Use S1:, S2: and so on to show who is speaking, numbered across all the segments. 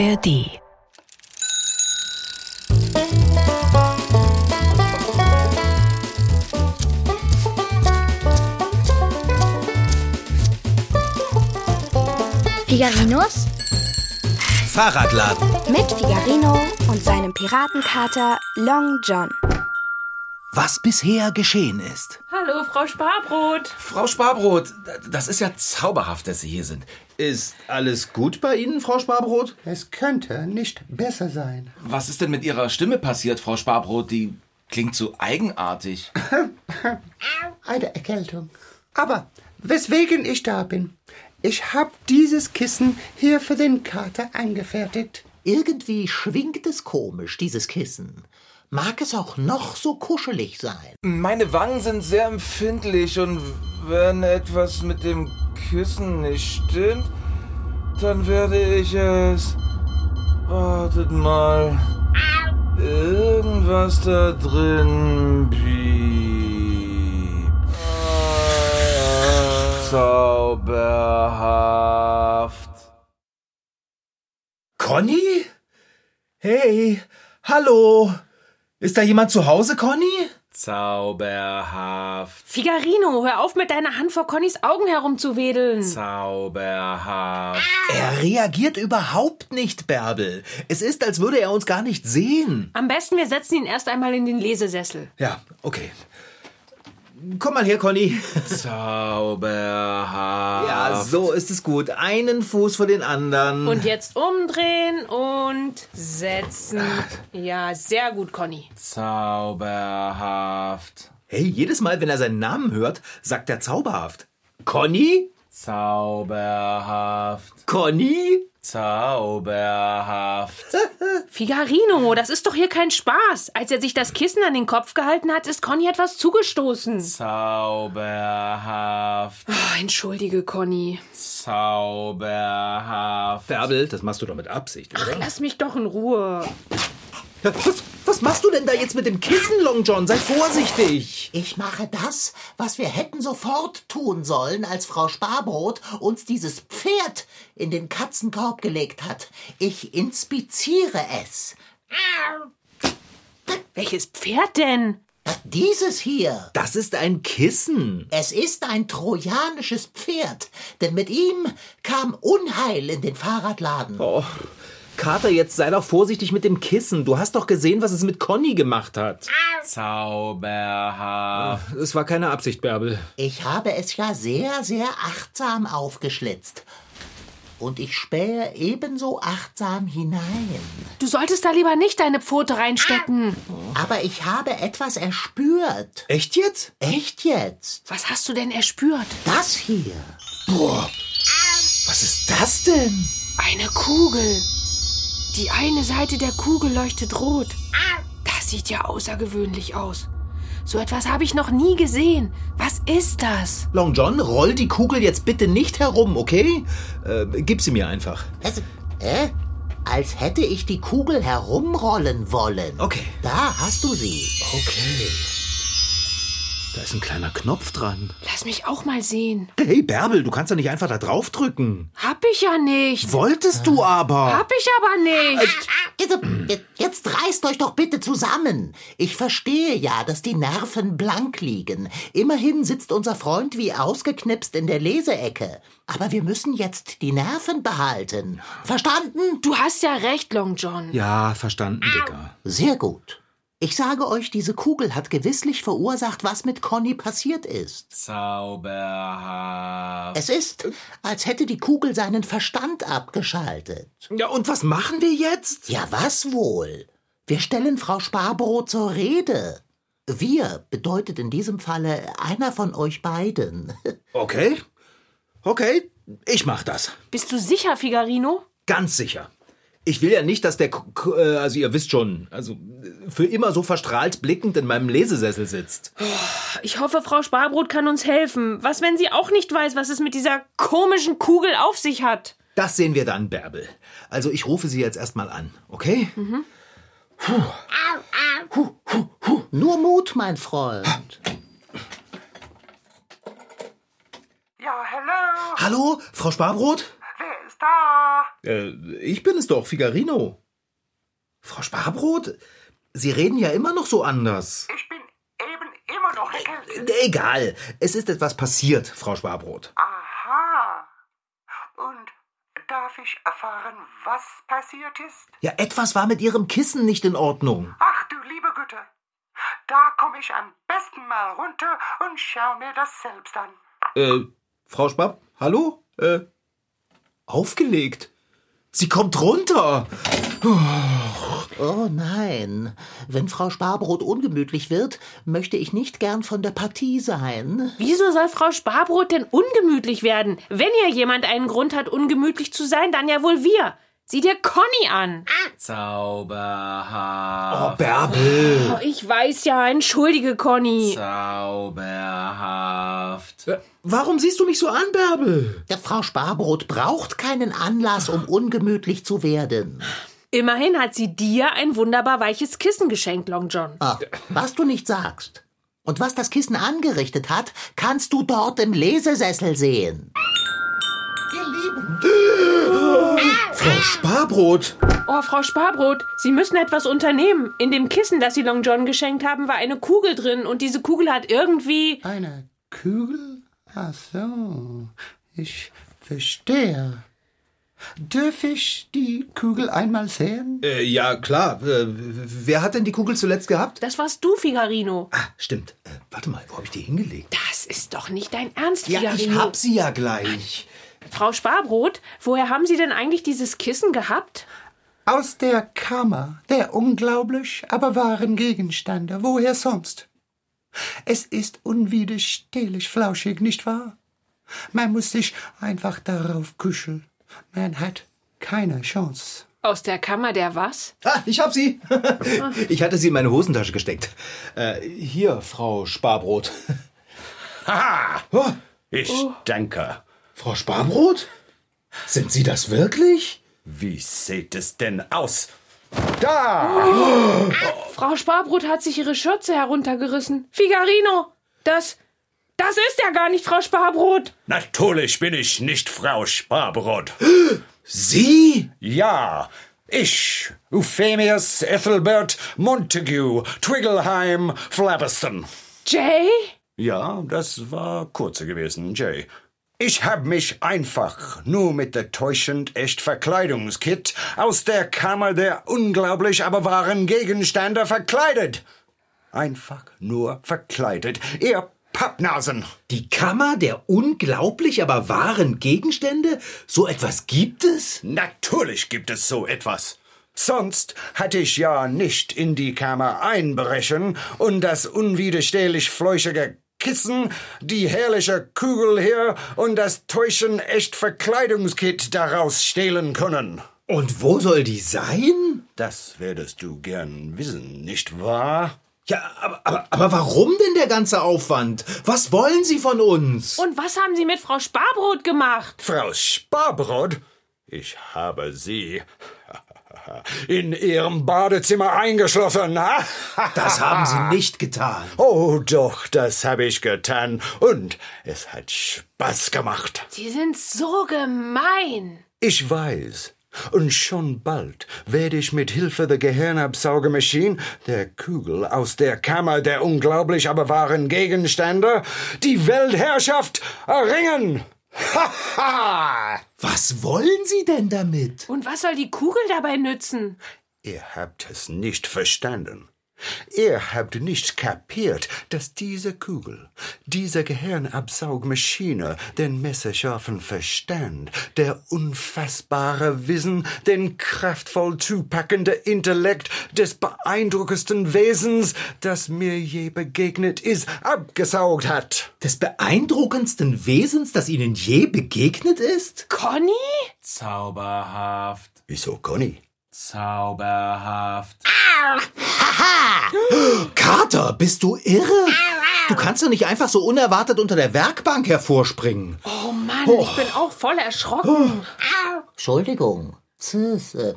S1: ARD.
S2: Figarinos
S3: Fahrradladen.
S2: mit Figarino und seinem Piratenkater Long John.
S3: Was bisher geschehen ist.
S4: Hallo, Frau Sparbrot.
S3: Frau Sparbrot, das ist ja zauberhaft, dass Sie hier sind. Ist alles gut bei Ihnen, Frau Sparbrot?
S5: Es könnte nicht besser sein.
S3: Was ist denn mit Ihrer Stimme passiert, Frau Sparbrot? Die klingt so eigenartig.
S5: Eine Erkältung.
S3: Ah,
S5: Aber weswegen ich da bin? Ich habe dieses Kissen hier für den Kater angefertigt.
S6: Irgendwie schwingt es komisch, dieses Kissen. Mag es auch noch so kuschelig sein.
S7: Meine Wangen sind sehr empfindlich und wenn etwas mit dem Kissen nicht stimmt, dann werde ich es. Wartet mal. Irgendwas da drin piept. Zauberhaft.
S3: Conny? Hey, hallo. Ist da jemand zu Hause, Conny?
S7: Zauberhaft.
S4: Figarino, hör auf, mit deiner Hand vor Connys Augen herumzuwedeln.
S7: Zauberhaft.
S3: Er reagiert überhaupt nicht, Bärbel. Es ist, als würde er uns gar nicht sehen.
S4: Am besten, wir setzen ihn erst einmal in den Lesesessel.
S3: Ja, okay. Komm mal her, Conny.
S7: Zauberhaft.
S3: Ja, so ist es gut. Einen Fuß vor den anderen.
S4: Und jetzt umdrehen und setzen. Ja, sehr gut, Conny.
S7: Zauberhaft.
S3: hey, jedes Mal, wenn er seinen Namen hört, sagt er zauberhaft. Conny?
S7: Zauberhaft.
S3: Conny?
S7: Zauberhaft.
S4: Figarino, das ist doch hier kein Spaß. Als er sich das Kissen an den Kopf gehalten hat, ist Conny etwas zugestoßen.
S7: Zauberhaft.
S4: Oh, entschuldige, Conny.
S7: Zauberhaft.
S3: Bärbel, das machst du doch mit Absicht, oder?
S4: Lass mich doch in Ruhe.
S3: Was, was machst du denn da jetzt mit dem Kissen, Long John? Sei vorsichtig.
S6: Ich mache das, was wir hätten sofort tun sollen, als Frau Sparbrot uns dieses Pferd in den Katzenkorb gelegt hat. Ich inspiziere es.
S4: Welches Pferd denn?
S6: Dieses hier.
S3: Das ist ein Kissen.
S6: Es ist ein trojanisches Pferd, denn mit ihm kam Unheil in den Fahrradladen.
S3: Oh, Kater, jetzt sei doch vorsichtig mit dem Kissen. Du hast doch gesehen, was es mit Conny gemacht hat.
S7: Zauberhaft.
S3: Es war keine Absicht, Bärbel.
S6: Ich habe es ja sehr, sehr achtsam aufgeschlitzt. Und ich spähe ebenso achtsam hinein.
S4: Du solltest da lieber nicht deine Pfote reinstecken.
S6: Aber ich habe etwas erspürt.
S3: Echt jetzt?
S6: Echt jetzt?
S4: Was hast du denn erspürt?
S6: Das hier.
S3: Was ist das denn?
S4: Eine Kugel. Die eine Seite der Kugel leuchtet rot. Das sieht ja außergewöhnlich aus. So etwas habe ich noch nie gesehen. Was ist das?
S3: Long John, roll die Kugel jetzt bitte nicht herum, okay? Äh, gib sie mir einfach.
S6: Es, äh? Als hätte ich die Kugel herumrollen wollen.
S3: Okay.
S6: Da hast du sie.
S3: Okay. Da ist ein kleiner Knopf dran.
S4: Lass mich auch mal sehen.
S3: Hey, Bärbel, du kannst doch nicht einfach da draufdrücken.
S4: Hab ich ja nicht.
S3: Wolltest du aber.
S4: Hab ich aber nicht.
S6: Jetzt, jetzt- jetzt reißt euch doch bitte zusammen. Ich verstehe ja, dass die Nerven blank liegen. Immerhin sitzt unser Freund wie ausgeknipst in der Leseecke. Aber wir müssen jetzt die Nerven behalten. Verstanden?
S4: Du hast ja recht, Long John.
S3: Ja, verstanden, Dicker.
S6: Sehr gut. Ich sage euch, diese Kugel hat gewisslich verursacht, was mit Conny passiert ist.
S7: Zauberhaft.
S6: Es ist, als hätte die Kugel seinen Verstand abgeschaltet.
S3: Ja, und was machen wir jetzt?
S6: Ja, was wohl? Wir stellen Frau Sparbrot zur Rede. Wir bedeutet in diesem Falle einer von euch beiden.
S3: Okay. Okay, ich mach das.
S4: Bist du sicher, Figarino?
S3: Ganz sicher. Ich will ja nicht, dass der, K K- äh, also ihr wisst schon, also äh, für immer so verstrahlt blickend in meinem Lesesessel sitzt.
S4: Ich hoffe, Frau Sparbrot kann uns helfen. Was, wenn sie auch nicht weiß, was es mit dieser komischen Kugel auf sich hat?
S3: Das sehen wir dann, Bärbel. Also ich rufe sie jetzt erstmal an, okay?
S6: Nur Mut, mein Freund.
S8: Ja, hallo,
S3: Hallo, Frau Sparbrot?
S8: wer ist da?
S3: Äh, ich bin es doch, Figarino. Frau Sparbrot, Sie reden ja immer noch so anders. Äh,
S1: Ich bin eben immer noch der Kälte.
S3: Egal, es ist etwas passiert, Frau Sparbrot.
S1: Aha. Und darf ich erfahren, was passiert ist?
S3: Ja, etwas war mit Ihrem Kissen nicht in Ordnung.
S1: Ach du liebe Güte. Da komme ich am besten mal runter und schau mir das selbst an.
S3: Äh, Frau Spab, hallo? Äh, aufgelegt. Sie kommt runter.
S6: Oh nein, wenn Frau Sparbrot ungemütlich wird, möchte ich nicht gern von der Partie sein.
S4: Wieso soll Frau Sparbrot denn ungemütlich werden? Wenn hier jemand einen Grund hat, ungemütlich zu sein, dann ja wohl wir. Sieh dir Conny an.
S7: Zauberhaft.
S3: Oh, Bärbel.
S4: Oh, ich weiß ja, entschuldige Conny.
S7: Zauberhaft.
S3: Warum siehst du mich so an, Bärbel?
S6: Der Frau Sparbrot braucht keinen Anlass, um ungemütlich zu werden.
S4: Immerhin hat sie dir ein wunderbar weiches Kissen geschenkt, Long John.
S6: Ah, was du nicht sagst. Und was das Kissen angerichtet hat, kannst du dort im Lesesessel sehen. Ihr Lieben,
S3: Frau Sparbrot.
S4: Oh, Frau Sparbrot, Sie müssen etwas unternehmen. In dem Kissen, das Sie Long John geschenkt haben, war eine Kugel drin und diese Kugel hat irgendwie.
S5: Eine Kugel? Ach so, ich verstehe. Dürf ich die Kugel einmal sehen?
S3: Äh, ja, klar. Äh, wer hat denn die Kugel zuletzt gehabt?
S4: Das warst du, Figarino.
S3: Ah, stimmt. Äh, warte mal, wo habe ich die hingelegt?
S4: Das ist doch nicht dein Ernst,
S3: Ja,
S4: Figarino.
S3: ich hab sie ja gleich.
S4: Frau Sparbrot, woher haben Sie denn eigentlich dieses Kissen gehabt?
S5: Aus der Kammer, der unglaublich, aber wahren Gegenstände, woher sonst? Es ist unwiderstehlich flauschig, nicht wahr? Man muss sich einfach darauf kuscheln. Man hat keine Chance.
S4: Aus der Kammer der was?
S3: Ah, ich hab sie. ich hatte sie in meine Hosentasche gesteckt. Äh, hier, Frau Sparbrot. Oh.
S8: Ich danke.
S3: Frau Sparbrot? Sind Sie das wirklich?
S8: Wie sieht es denn aus?
S4: Frau Sparbrot hat sich ihre Schürze heruntergerissen. Figarino, das. Das ist ja gar nicht Frau Sparbrot.
S8: Natürlich bin ich nicht Frau Sparbrot.
S3: Sie?
S8: Ja, ich, Euphemius Ethelbert Montague Twiggleheim Flabberston.
S4: Jay?
S8: Ja, das war kurzer gewesen, Jay. Ich habe mich einfach nur mit der täuschend echt Verkleidungskit aus der Kammer der unglaublich aber wahren Gegenstände verkleidet. Einfach nur verkleidet, ihr Pappnasen.
S3: Die Kammer der unglaublich aber wahren Gegenstände? So etwas gibt es?
S8: Natürlich gibt es so etwas. Sonst hatte ich ja nicht in die Kammer einbrechen und das unwiderstehlich fleuschige Kissen, die herrliche Kugel hier und das täuschen echt Verkleidungskit daraus stehlen können.
S3: Und wo soll die sein?
S8: Das werdest du gern wissen, nicht wahr?
S3: Ja, aber, aber, aber warum denn der ganze Aufwand? Was wollen Sie von uns?
S4: Und was haben Sie mit Frau Sparbrot gemacht?
S8: Frau Sparbrot, ich habe sie in ihrem Badezimmer eingeschlossen. ha?
S3: Das haben Sie nicht getan.
S8: Oh doch, das habe ich getan und es hat Spaß gemacht.
S4: Sie sind so gemein.
S8: Ich weiß. Und schon bald werde ich mit Hilfe der Gehirnabsaugemaschine, der Kugel aus der Kammer der unglaublich aber wahren Gegenstände, die Weltherrschaft erringen. Haha!
S3: Was wollen Sie denn damit?
S4: Und was soll die Kugel dabei nützen?
S8: Ihr habt es nicht verstanden. Ihr habt nicht kapiert, dass diese Kugel, diese Gehirnabsaugmaschine, den messerscharfen Verstand, der unfassbare Wissen, den kraftvoll zupackende Intellekt des beeindruckendsten Wesens, das mir je begegnet ist, abgesaugt hat.
S3: Des beeindruckendsten Wesens, das Ihnen je begegnet ist?
S4: Conny?
S7: Zauberhaft.
S8: Wieso, Conny?
S7: Zauberhaft.
S3: Kater, bist du irre? Du kannst doch nicht einfach so unerwartet unter der Werkbank hervorspringen.
S4: Oh Mann, ich bin auch voll erschrocken.
S6: Entschuldigung. Zis, äh,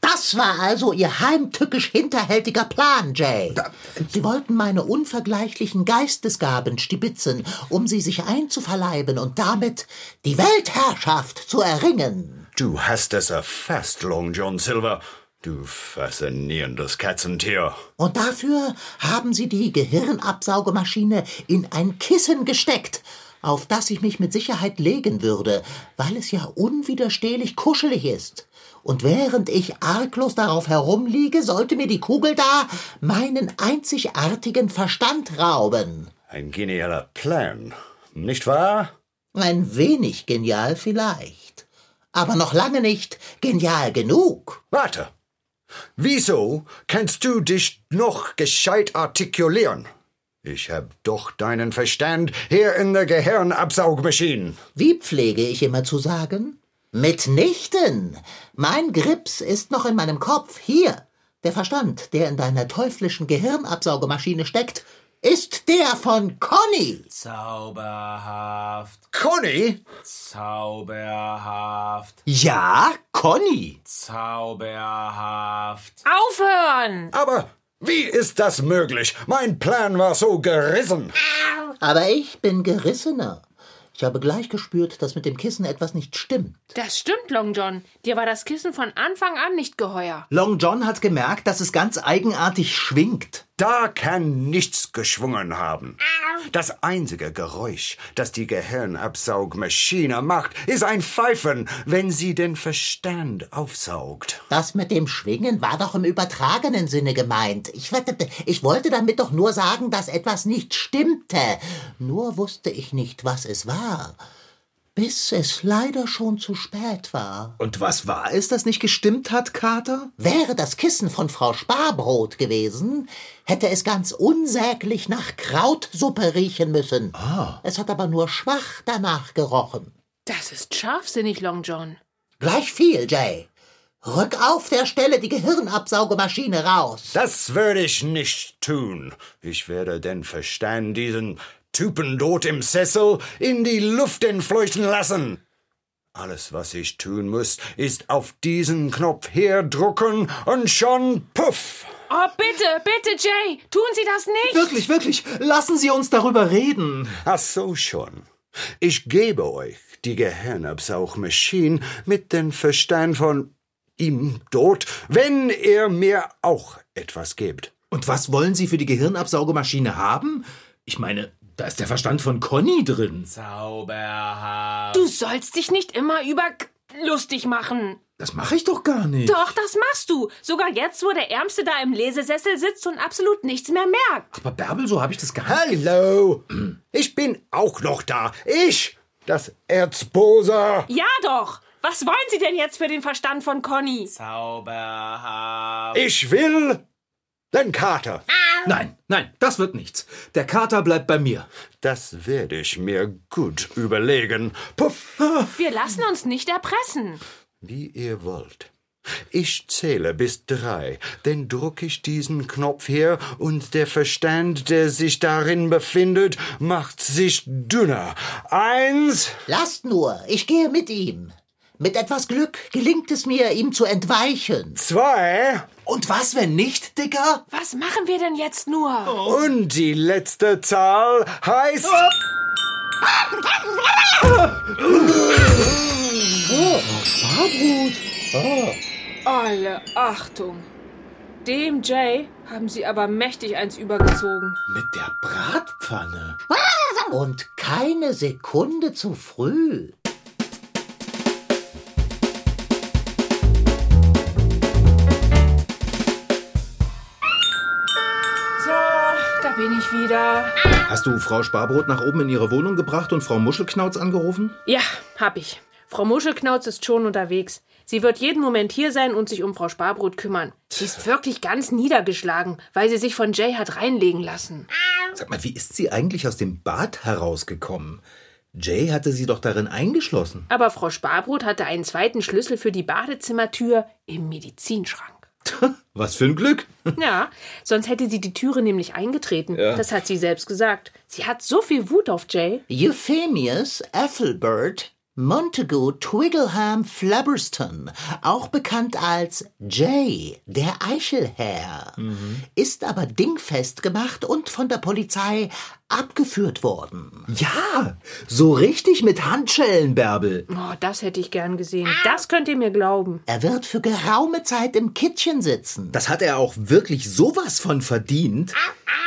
S6: Das war also Ihr heimtückisch hinterhältiger Plan, Jay. Sie wollten meine unvergleichlichen Geistesgaben stibitzen, um sie sich einzuverleiben und damit die Weltherrschaft zu erringen.
S8: Du hast es erfasst, Long John Silver. Du faszinierendes Katzentier.
S6: Und dafür haben sie die Gehirnabsaugemaschine in ein Kissen gesteckt, auf das ich mich mit Sicherheit legen würde, weil es ja unwiderstehlich kuschelig ist. Und während ich arglos darauf herumliege, sollte mir die Kugel da meinen einzigartigen Verstand rauben.
S8: Ein genialer Plan, nicht wahr?
S6: Ein wenig genial vielleicht, aber noch lange nicht genial genug.
S8: Warte. Wieso kannst du dich noch gescheit artikulieren? Ich hab doch deinen Verstand hier in der Gehirnabsaugmaschine.
S6: Wie pflege ich immer zu sagen? Mitnichten! Mein Grips ist noch in meinem Kopf, hier. Der Verstand, der in deiner teuflischen Gehirnabsaugemaschine steckt, ist der von Conny.
S7: Zauberhaft,
S8: Conny?
S7: zauberhaft,
S6: Ja, Conny.
S7: zauberhaft.
S4: Aufhören!
S8: Aber wie ist das möglich? Mein Plan war so gerissen.
S6: Aber ich bin gerissener. Ich habe gleich gespürt, dass mit dem Kissen etwas nicht stimmt.
S4: Das stimmt, Long John. Dir war das Kissen von Anfang an nicht geheuer.
S6: Long John hat gemerkt, dass es ganz eigenartig schwingt.
S8: Da kann nichts geschwungen haben. Das einzige Geräusch, das die Gehirnabsaugmaschine macht, ist ein Pfeifen, wenn sie den Verstand aufsaugt.
S6: Das mit dem Schwingen war doch im übertragenen Sinne gemeint. Ich, wette- ich wollte damit doch nur sagen, dass etwas nicht stimmte. Nur wusste ich nicht, was es war. Bis es leider schon zu spät war.
S3: Und was war es, das nicht gestimmt hat, Kater?
S6: Wäre das Kissen von Frau Sparbrot gewesen, hätte es ganz unsäglich nach Krautsuppe riechen müssen. Es hat aber nur schwach danach gerochen.
S4: Das ist scharfsinnig, Long John.
S6: Gleich viel, Jay. Rück auf der Stelle die Gehirnabsaugemaschine raus.
S8: Das würde ich nicht tun. Ich werde den Verstand diesen Typen dort im Sessel in die Luft entfleuchten lassen. Alles, was ich tun muss, ist auf diesen Knopf hier drücken und schon puff.
S4: Oh, bitte, bitte, Jay, tun Sie das nicht!
S3: Wirklich, wirklich, lassen Sie uns darüber reden.
S8: Ach so schon. Ich gebe euch die Gehirnabsaugmaschine mit dem Verstand von ihm dort, wenn ihr mir auch etwas gebt.
S3: Und was wollen Sie für die Gehirnabsaugemaschine haben? Ich meine, da ist der Verstand von Conny drin.
S7: Zauberhaft,
S4: Du sollst dich nicht immer über K- lustig machen.
S3: Das mache ich doch gar nicht.
S4: Doch, das machst du. Sogar jetzt, wo der Ärmste da im Lesesessel sitzt und absolut nichts mehr merkt.
S3: Aber Bärbel, so habe ich das gehabt.
S8: Hallo! Ich bin auch noch da. Ich, das Erzboser.
S4: Ja doch. Was wollen Sie denn jetzt für den Verstand von Conny?
S7: zauberhaft,
S8: Ich will den Kater.
S3: Nein, nein, das wird nichts. Der Kater bleibt bei mir.
S8: Das werde ich mir gut überlegen. Puff,
S4: Wir lassen uns nicht erpressen.
S8: wie ihr wollt. Ich zähle bis drei, dann drücke ich diesen Knopf hier und der Verstand, der sich darin befindet, macht sich dünner. Eins,
S6: Lasst nur, ich gehe mit ihm. Mit etwas Glück gelingt es mir, ihm zu entweichen.
S8: zwei
S3: Und was, wenn nicht, Dicker?
S4: Was machen wir denn jetzt nur?
S8: und die letzte Zahl heißt...
S3: Ah!
S4: Alle Achtung. Dem Jay haben sie aber mächtig eins übergezogen.
S3: Mit der Bratpfanne.
S6: Und keine Sekunde zu früh.
S4: So, da bin ich wieder.
S3: Hast du Frau Sparbrot nach oben in ihre Wohnung gebracht und Frau Muschelknauz angerufen?
S4: Ja, hab ich. Frau Muschelknauz ist schon unterwegs. Sie wird jeden Moment hier sein und sich um Frau Sparbrot kümmern. Sie ist wirklich ganz niedergeschlagen, weil sie sich von Jay hat reinlegen lassen.
S3: Sag mal, wie ist sie eigentlich aus dem Bad herausgekommen? Jay hatte sie doch darin eingeschlossen.
S4: Aber Frau Sparbrot hatte einen zweiten Schlüssel für die Badezimmertür im Medizinschrank.
S3: Was für ein Glück.
S4: Ja, sonst hätte sie die Türe nämlich eingetreten. Das hat sie selbst gesagt. Sie hat so viel Wut auf Jay.
S6: Euphemius Ethelbert Montagu Twiggleham Flabberston, auch bekannt als Jay, der Eichelherr, ist aber dingfest gemacht und von der Polizei abgeführt worden.
S3: Ja, so richtig mit Handschellen, Bärbel.
S4: Oh, das hätte ich gern gesehen. Das könnt ihr mir glauben.
S6: Er wird für geraume Zeit im Kittchen sitzen.
S3: Das hat er auch wirklich sowas von verdient.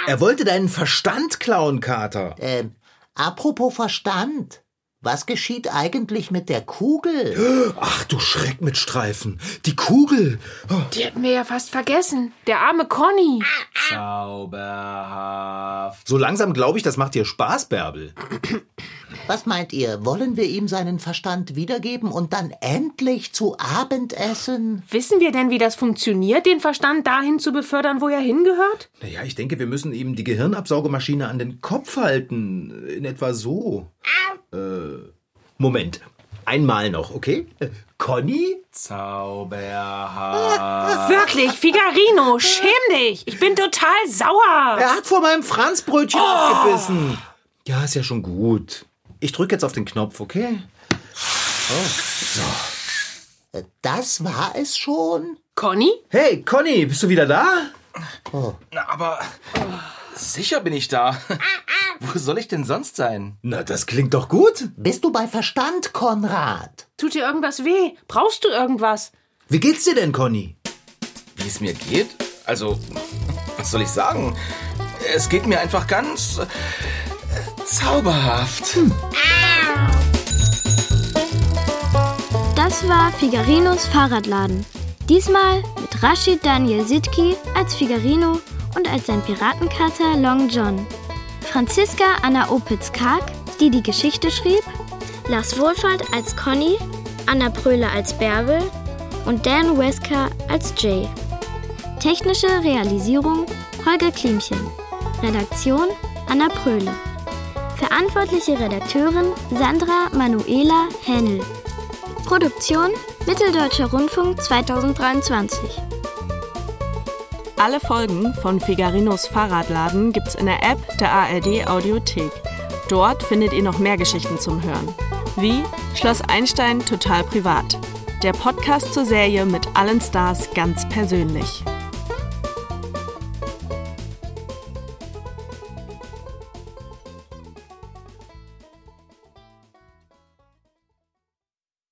S3: Er wollte deinen Verstand klauen, Kater.
S6: Ähm, apropos Verstand. Was geschieht eigentlich mit der Kugel?
S3: Ach du Schreck mit Streifen. Die Kugel. Oh.
S4: Die hätten wir ja fast vergessen. Der arme Conny.
S7: Zauberhaft.
S3: So langsam glaube ich, das macht dir Spaß, Bärbel.
S6: Was meint ihr? Wollen wir ihm seinen Verstand wiedergeben und dann endlich zu Abend essen?
S4: Wissen wir denn, wie das funktioniert, den Verstand dahin zu befördern, wo er hingehört?
S3: Naja, ich denke, wir müssen ihm die Gehirnabsaugemaschine an den Kopf halten. In etwa so. Äh, Moment. Einmal noch, okay? Äh, Conny?
S7: Zauberhaft.
S4: Wirklich, Figarino, schäm dich. Ich bin total sauer.
S3: Er hat vor meinem
S7: Oh.
S3: Franzbrötchen abgebissen. Ja, ist ja schon gut. Ich drücke jetzt auf den Knopf, okay?
S6: Äh, Das war es schon?
S4: Conny?
S3: Hey, Conny, bist du wieder da?
S7: Na, aber sicher bin ich da. Wo soll ich denn sonst sein?
S3: Na, das klingt doch gut.
S6: Bist du bei Verstand, Konrad?
S4: Tut dir irgendwas weh? Brauchst du irgendwas?
S3: Wie geht's dir denn, Conny?
S7: Wie es mir geht? Also, was soll ich sagen? Es geht mir einfach ganz äh, zauberhaft.
S9: Das war Figarinos Fahrradladen. Diesmal mit Rashid Daniel Sitki als Figarino und als sein Piratenkater Long John. Franziska Anna Opitz-Karg, die die Geschichte schrieb. Lars Wohlfahrt als Conny, Anna Pröhle als Bärbel und Dan Wesker als Jay. Technische Realisierung Holger Klimchen. Redaktion Anna Pröhle. Verantwortliche Redakteurin Sandra Manuela Hennel. Produktion Mitteldeutscher Rundfunk 2023.
S10: Alle Folgen von Figarinos Fahrradladen gibt's in der App der ARD Audiothek. Dort findet ihr noch mehr Geschichten zum Hören. Wie Schloss Einstein total privat. Der Podcast zur Serie mit allen Stars ganz persönlich.